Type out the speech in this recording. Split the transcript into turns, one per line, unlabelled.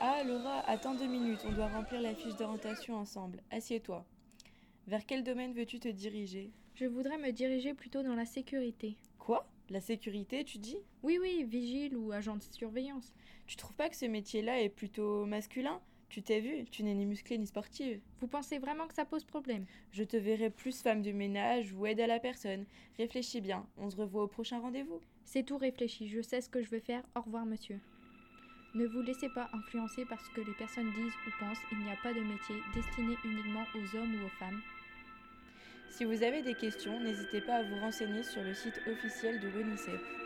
Ah, Laura, attends deux minutes, on doit remplir la fiche d'orientation ensemble. Assieds-toi. Vers quel domaine veux-tu te diriger
Je voudrais me diriger plutôt dans la sécurité.
Quoi La sécurité, tu dis
Oui, oui, vigile ou agent de surveillance.
Tu trouves pas que ce métier-là est plutôt masculin Tu t'es vu, tu n'es ni musclée ni sportive.
Vous pensez vraiment que ça pose problème
Je te verrai plus femme de ménage ou aide à la personne. Réfléchis bien, on se revoit au prochain rendez-vous.
C'est tout réfléchi, je sais ce que je veux faire. Au revoir, monsieur. Ne vous laissez pas influencer par ce que les personnes disent ou pensent. Il n'y a pas de métier destiné uniquement aux hommes ou aux femmes.
Si vous avez des questions, n'hésitez pas à vous renseigner sur le site officiel de l'ONICEF.